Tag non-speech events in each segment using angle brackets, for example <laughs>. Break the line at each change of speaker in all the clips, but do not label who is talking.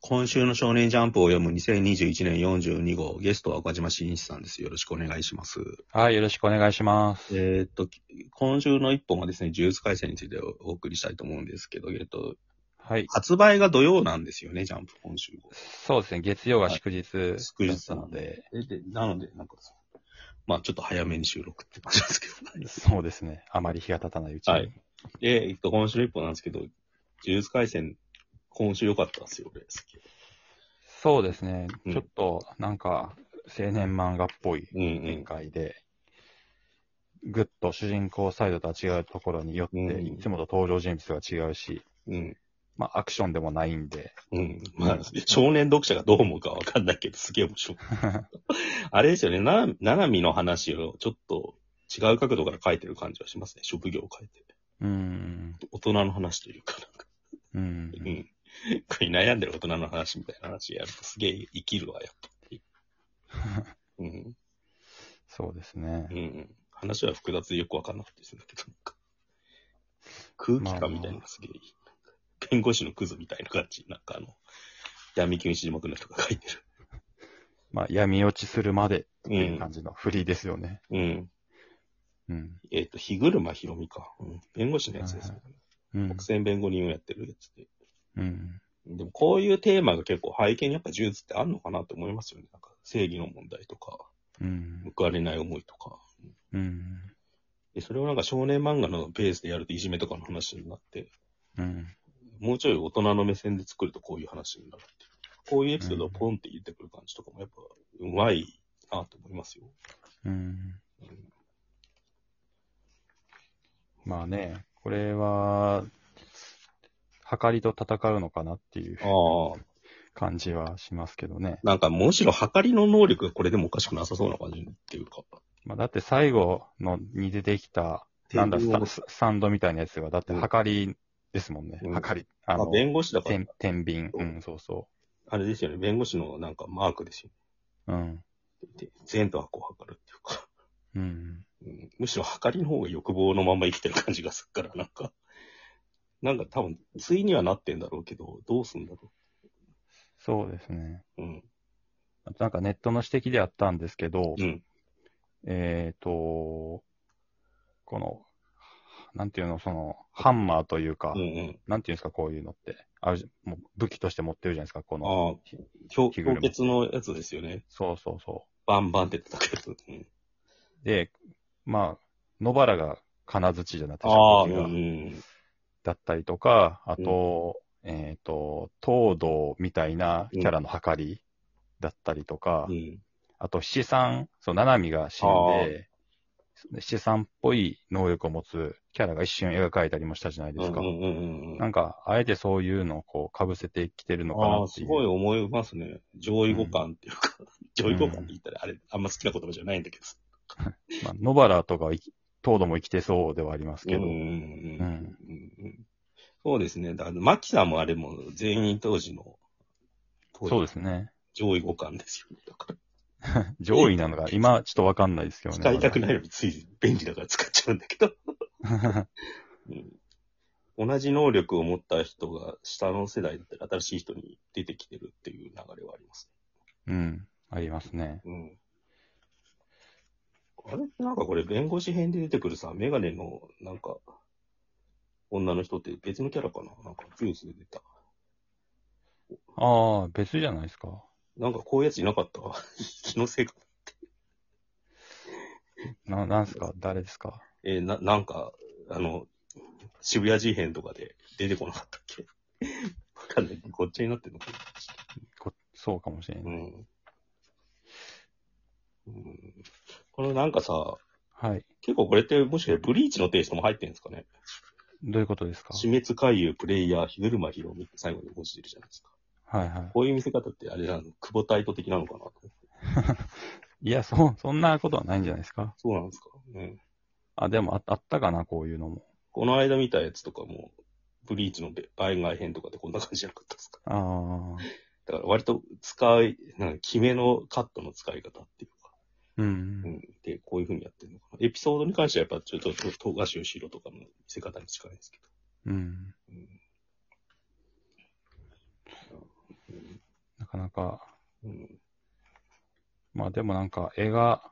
今週の少年ジャンプを読む2021年42号、ゲストは岡島真一さんです。よろしくお願いします。
はい、よろしくお願いします。
えーっと、き今週の一本はですね、呪術改正についておお送りしたいと思うんですけど、えーっと、
はい。
発売が土曜なんですよね、ジャンプ今週。
そうですね、月曜が祝日。
祝日なので、えでなので、なんかそう、まあちょっと早めに収録って感じですけど、
そうですね、あまり日が経たないうちに。
はいで、えっと、今週の一本なんですけど、呪術廻戦、今週良かったんですよ、俺。好き
そうですね、
うん
ちょっとなんか青年漫画っぽい
うん
展開で、ぐっと主人公サイドとは違うところによって、
うん
いつもと登場人物が違うし、
うん。うん。
まあアクションでもないんで、
うん。まあ、少年読者がどう思うかわかんないけど、すげえ面白 <laughs> い。あれですよね、な、ななみの話をちょっと違う角度から書いてる感じはしますね。職業を書いて。
うん、
大人の話というか、なんか、
うん、
うん。これ悩んでる大人の話みたいな話やるとすげえ生きるわ、やっぱり。 <laughs> うん。
そうですね
う。ん。話は複雑でよくわかんなくてですね、けどなんか空気感みたいなのがすげえいい。弁護士のクズみたいな感じ。なんかあの、闇金死幕の人が書いてる。
まあ闇落ちするまでっ
<laughs>
ていう
うん
感じのフリーですよね。
うん。
うん。
えっ、と、日車ひろみか。うん。弁護士のやつですよね。
うん
国。選弁護人をやってるやつで。
うん。
でもこういうテーマが結構背景にやっぱ呪術ってあるのかなって思いますよね。なんか正義の問題とか、
うん。
報われない思いとか。
うん。
で、それをなんか少年漫画のペースでやるといじめとかの話になって、
うん。
もうちょい大人の目線で作るとこういう話になるっていう。こういうエピソードをポンって入れてくる感じとかもやっぱうまいなと思いますよ。
うん
うん
まあね、これは、はかりと戦うのかなっていう
ああ。
感じはしますけどね。
なんかむしろ測りの能力がこれでもおかしくなさそうな感じっていうか。
まあ、だって最後のに出てきた、なんだ、スタススタンドみたいなやつが、だってはかりですもんね
う。ん
はかり。あ
あ
の、
弁護士だから
て、ん天秤。うん、そうそ
あれですよね。弁護士のなんかマークですよ
う。うん。
ね。全と箱を測るっていうか。
うん。
うんむしろ測りの方が欲望のまま生きてる感じがするから、なんか、なんか多分、対にはなってんだろうけど、どうすんだろ
そうですね。
う。うん。
あとなんかネットの指摘であったんですけど、
うん。
えっ、と、この、なんていうの、その、ハンマーというか、
うんうん。
なんていうんですか、こういうのって。あるじもう武器として持ってるじゃないですか、この。
ああ、氷
着ぐる
氷
み
結のやつですよね。
そうそうそ
バンバンって叩くやつ。うん、
う。で、まあ、野原が金槌じゃなくて、
ああ、うん
ジャ
う
ンプ
ん。
だったりとか、あと、えっ、と、東堂みたいなキャラのはかりだったりとか、
うん。
あと、七三、そう、七海が死んで、七三っぽい能力を持つキャラが一瞬描かれたりもしたじゃないで
うんう
す
ん
か。
うんう。
なんんか、あえてそういうのをこう、被せてきてるのか
あ
な
あ、
って
す
いう。
ごい思いますね。上位互換っていうか、上位互換って言ったら、あれ、あんま好きな言葉じゃないんだけど。
まあ、野原とかは生き、東堂も生きてそうではありますけど、
うんうんうん
う
うんそうですね。だから、マキさんもあれも全員当時の、
そうですね。
上位互換ですよね。だから、
上位なのが、今、ちょっとわかんないですけどね。。
使いたくないいのについ便利だから使っちゃうんだけど、うん同じ能力を持った人が下の世代だったら新しい人に出てきてるっていう流れはあります。
<laughs> うん。ありますね。
うん。あれなんかこれ弁護士編で出てくるさ、メガネの、なんか、女の人って別のキャラかななんかジュースで出た。
ああ、別じゃないですか。
なんかこういうやついなかった <laughs> 気のせいか。
な、なんすか誰ですか
えーな、なんか、あの、渋谷事変とかで出てこなかったっけ <laughs> わかんない。こっちになってんのかな
こそうかもしれ
う
ない。
ん。うんこのなんかさ、
はい。
結構これってもしかしてブリーチのテイストも入ってるんですかね
どういうことですか
死滅回遊、プレイヤー、ひぬるまひろみって最後に文字出るじゃないですか。
はいは
こういう見せ方ってあれなの、久保タイト的なのかなと思って
い。いや、そ、そんなことはないんじゃないですか。
そうなんですか。うん。
あ、でもあ、あったかな、こういうのも。
この間見たやつとかも、ブリーチの倍外編とかでこんな感じじゃなかったですか
ああ、
だから割と使い、なんか決めのカットの使い方っていうか、
う。
うんん。で、こういう風にやってるのかな。エピソードに関してはやっぱちょっと、と富樫義ろとかの見せ方に近いですけど。
うん。
うん
なかなか、
うん。
まあでもなんか絵が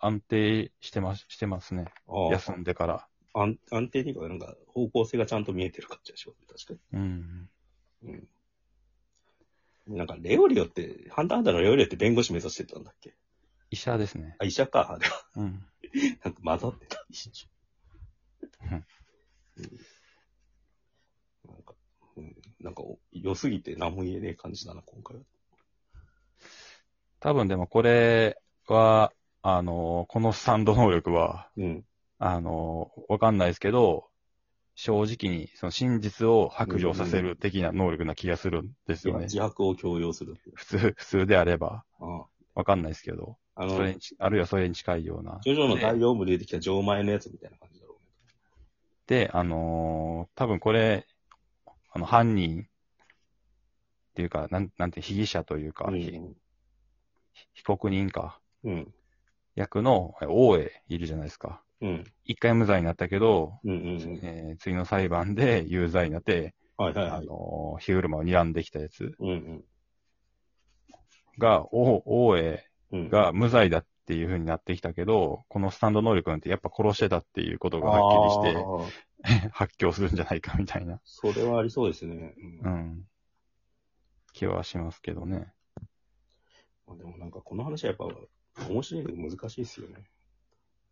安定してます、してますね。
ああ。
休んでから。
安安定っていうか、なんか方向性がちゃんと見えてる感じがしますね、確か
うん。
に。うん。なんか、レオリオって、ハンターハンターのレオリオって弁護士目指してたんだっけ
医者ですね。
あ、医者か。でも
うん。
なんか混ざってた。一緒
うん
うんなんか、うん、なんかお良すぎて何も言えねえ感じだな、今回は。
多分でもこれは、あの、このスタンド能力は、
うん。
あの、わかんないですけど、正直に、その真実を白状させる的な能力な気がするんですよね。
自白を強要するっていう。
普通、普通であれば、
あ
わかんないですけど、
ああの、
それ
ジ
にち、あるいはそれに近いような。
ョジョの大王部で出てきた錠前のやつみたいな感じだろうね。
で、あのー多分これ、あの、犯人っていうか、なん、なんて、被疑者というか、ひ被告人か、
うん。
役のえ王へいるじゃないですか。
うん。
一回無罪になったけど、
うん。うん。うん。
えー次の裁判で有罪になって、
はいはい
あ
はい。
のー火車を睨んできたやつ
うん。うん。
が、王、王へ
うん、
が無罪だっていう風になってきたけど、このスタンド能力なんてやっぱ殺してたっていうことがはっきりして、
あー
<laughs> 発狂するんじゃないかみたいな、
それはありそうですね。う
う
ん
ん、気はしますけどね。
まあ、でもなんかこの話はやっぱ面白いけど難しいですよね。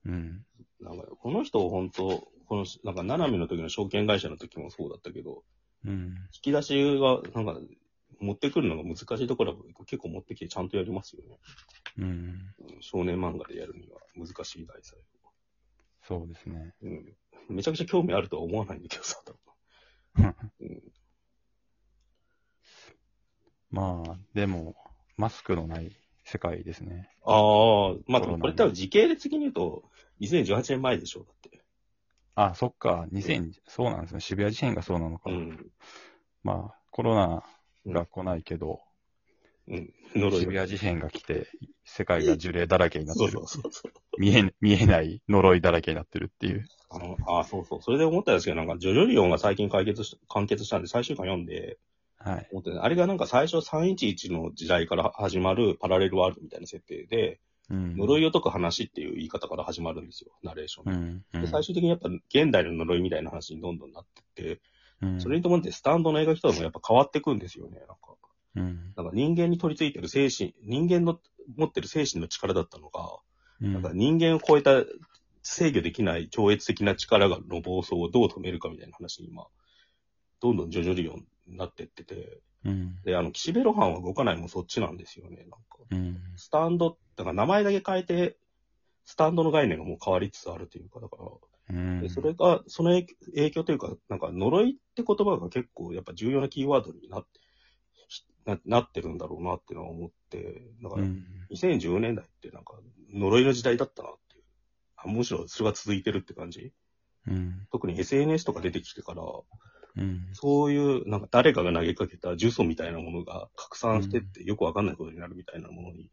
うん。
なんかこの人を本当、この、なんか、斜めの時の証券会社の時もそうだったけど、
うん。
引き出しは、なんか、持ってくるのが難しいところは結構持ってきてちゃんとやりますよね。
うん。
うん少年漫画でやるには難しい題材
そうですね。
うん。めちゃくちゃ興味あるとは思わないんだけどさ、多分。うん、
まあ、でも、マスクのない世界ですね。
ああ、まあでもこれ多分時系列的に言うと、2018年前でしょ、だって。
あ、そっか、2000、そうなんですね。渋谷事変がそうなのか。
うん。
まあ、コロナが来ないけど、
うん。呪い
渋谷事変が来て、世界が呪霊だらけになって
そう
る
そうそうそう。
見え、見えない呪いだらけになってるっていう。
あの、あ、そうそう。それで思ったんですけど、なんか、ジョジョリオンが最近解決し、完結したんで、最終巻読んで、
はい。
思ってねあれがなんか最初311の時代から始まるパラレルワールドみたいな設定で、
うん。
呪
い
いを解く話っていう言い方から始まるんですよ、ナレーション
う
の。
ん。うん
で最終的にやっぱ現代の呪いみたいな話にどんどんなってって、
うん
それに伴ってスタンドの描き方もやっぱ変わってくんですよね、なんか。
うん。
なんか人間に取り付いてる精神、人間の持ってる精神の力だったのが、
うん
なんか人間を超えた制御できない超越的な力がの暴走をどう止めるかみたいな話に今、どんどん徐々になってってて、
うん。
で、あの、岸辺露伴は動かないもそっちなんですよね、なんか。
うん。
スタンド、だから名前だけ変えて、スタンドの概念がもう変わりつつあるというか、だから、
うん
でそれが、その影影響というか、なんか呪いって言葉が結構やっぱ重要なキーワードになっななってるんだろうなっていうのは思って、だから
う、ん。
2010年代ってなんか呪いの時代だったなっていう。あむしろそれが続いてるって感じ。
うん。
特に SNS とか出てきてから、
うん。
そういうなんか誰かが投げかけた呪詛みたいなものが拡散してってよくわかんないことになるみたいなものに、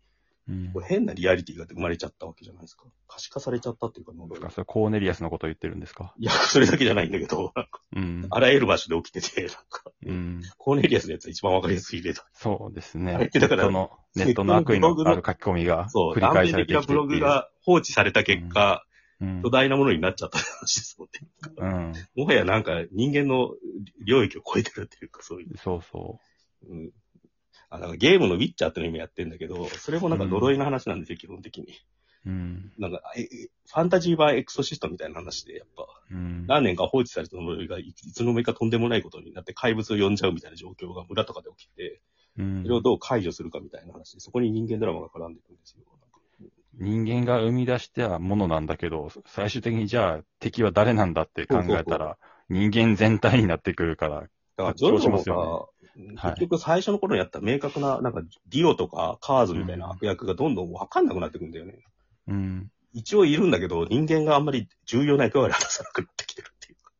うん
こ。れ変なリアリティが生まれちゃったわけじゃないですか。可視化されちゃったっていうか呪い
そっ
が
か。それコーネリアスのこと言ってるんですか
いや、それだけじゃないんだけど、なんか
うん。
あらゆる場所で起きてて、なんか、
うん。
コーネリアスのやつが一番わかりやすい例だ。
そうです
あれっ
ね。
てだか
そ
ら、
の、ネットの悪意のある書き込みが
そう、
繰り
断
返
片
され
的
てき
な
てって
ブ
いう
ログが放置された結果、
うん
巨大なものになっちゃった話ですもんね。
うん。
もはやなんか人間の領域を超えてるっていうか、そういう。
そうそ
うん、あなんかゲームのウィッチャーっていうのを今やってんだけど、それもなんか呪いの話なんですよ、基本的に。
う。うん。
なんかええファンタジー版エクソシストみたいな話で、やっぱ、
うん。
何年か放置された呪いがいつの間にかとんでもないことになって怪物を呼んじゃうみたいな状況が村とかで起きて、
うん
それをどう解除するかみたいな話で、そこに人間ドラマが絡んでくるんですよ。
人間が生み出したものなんだけど、最終的にじゃあ敵は誰なんだって考
そう
え
そう
た
そ
ら、人間全体になってくるから。
だから、ジョ
そう
ジ
し
ョ
ま
も
す
さ、
よはい
結局最初の頃にやった明確な、なんか、ディオとかカーズみたいな悪役がどんどんわかんなくなってくんだよね。
うん。
一応いるんだけど、人間があんまり重要な役割を果たさなくなってきてるっていうか。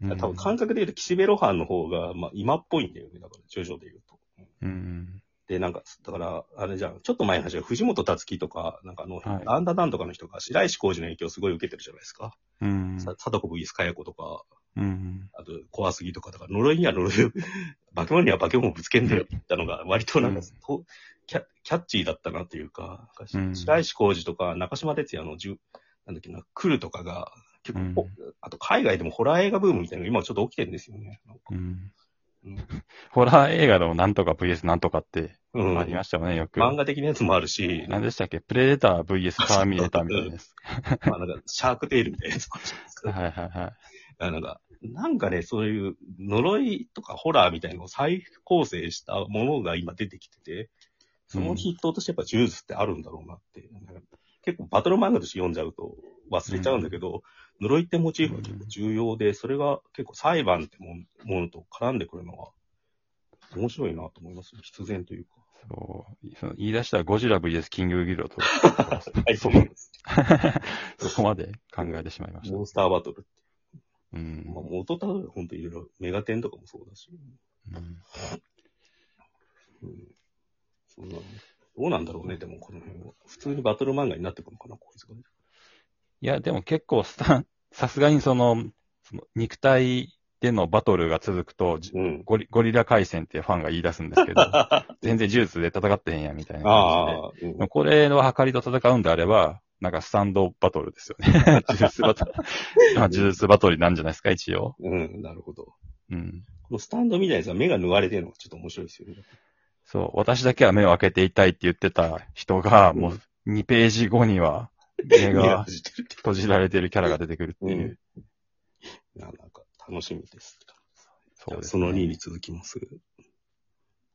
うん
多分感覚で言うと、岸辺露伴の方が、まあ今っぽいんだよね。だから、ジョジョで言うと。
うん。
で、なんか、だから、あれじゃん、ちょっと前の話は藤本達樹とか、なんかあの、
はい
アンダーダンとかの人が白石浩二の影響をすごい受けてるじゃないですか。
うん。
さ貞子 VS かや子とか、
うん。
あと、怖すぎとか、だから呪いには呪いを、 <laughs> 化け物には化け物をぶつけんだよって言ったのが、割となんか、
うん
とキャキャッチーだったなっていうか、
うん
白石浩二とか中島哲也のじゅ、なんだっけな、来るとかが、結構、
うん
あと海外でもホラー映画ブームみたいなのが今ちょっと起きてるんですよね。なんか
うん
うん
<laughs> ホラー映画でもなんとか VS なんとかって
うん
ありましたよね、よく。
漫画的なやつもあるし、
何でしたっけプレデター VS ターミネーターみたいなです。
まあなんか、シャークテールみたいなやつもあるじゃないですか
はいはいはい。
あなんか、なんかね、そういう呪いとかホラーみたいなのを再構成したものが今出てきてて、その筆頭としてやっぱジュースってあるんだろうなって。なんか結構バトル漫画として読んじゃうと忘れちゃうんだけど、呪いってモチーフが結構重要で、それが結構裁判ってもものと絡んでくるのは面白いなと思いますね。必然というか。
そう。その言い出したらゴジラ VS キングギドラ
<laughs>
と、
はい、そうなんです。
そこまで考えてしまいました
モ。ンスターバトルって。
うん。
まあ、元たる本当いろいろメガテンとかもそうだし。
うん
うんそうなのどうなんだろうね、でもこの辺は。普通にバトル漫画になってくるのかな、こいつがね。
いや、でも結構スタン、さすがにその、その肉体でのバトルが続くと、じ
うん。
ゴリゴリラ回戦ってファンが言い出すんで
<laughs>
すけど、全然呪術で戦ってへんや、みたいな感じで。
ああ、うん
まあこれのはかりと戦うんであれば、なんかスタンドバトルですよね。
<laughs>
呪術バトル。まあ呪術バトルなんじゃないですか、一応。
うん、なるほど。こ
うん。
のスタンドみたいなやつは目が脱がれてるのがちょっと面白いですよね。
そう、私だけは目を開けていたいって言ってた人が、
うん
もう2ページ後には目
目が
が
閉じてるって。
閉じられてるキャラが出てくるっていう。
いやなんか楽しみです。
そうです、
その2に続きます。